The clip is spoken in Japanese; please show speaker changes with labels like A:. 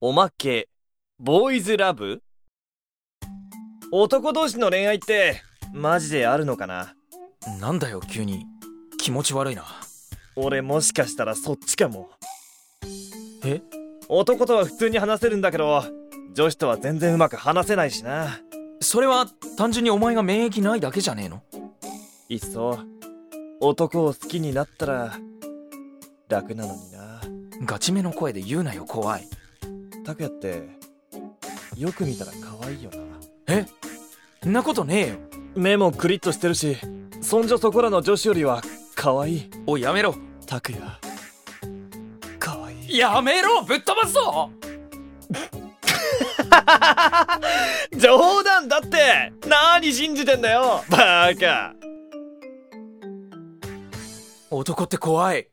A: おまけ、ボーイズラブ男同士の恋愛って、マジであるのかな
B: なんだよ急に気持ち悪いな
A: 俺もしかしたらそっちかも。
B: え
A: 男とは普通に話せるんだけど、女子とは全然うまく話せないしな。
B: それは単純にお前が免疫ないだけじゃねえの
A: いっそ、男を好きになったら、楽なのにな。
B: ガチめの声で言うなよ怖い
A: 拓也って、よく見たら可愛いよな。
B: えんなことねえよ
A: 目もクリッとしてるし、そんじょそこらの女子よりは可愛い。
B: おいやめろ
A: 拓也、可愛い。
B: やめろぶっ飛ばすぞ
A: 冗談だって何信じてんだよバカ
B: 男って怖い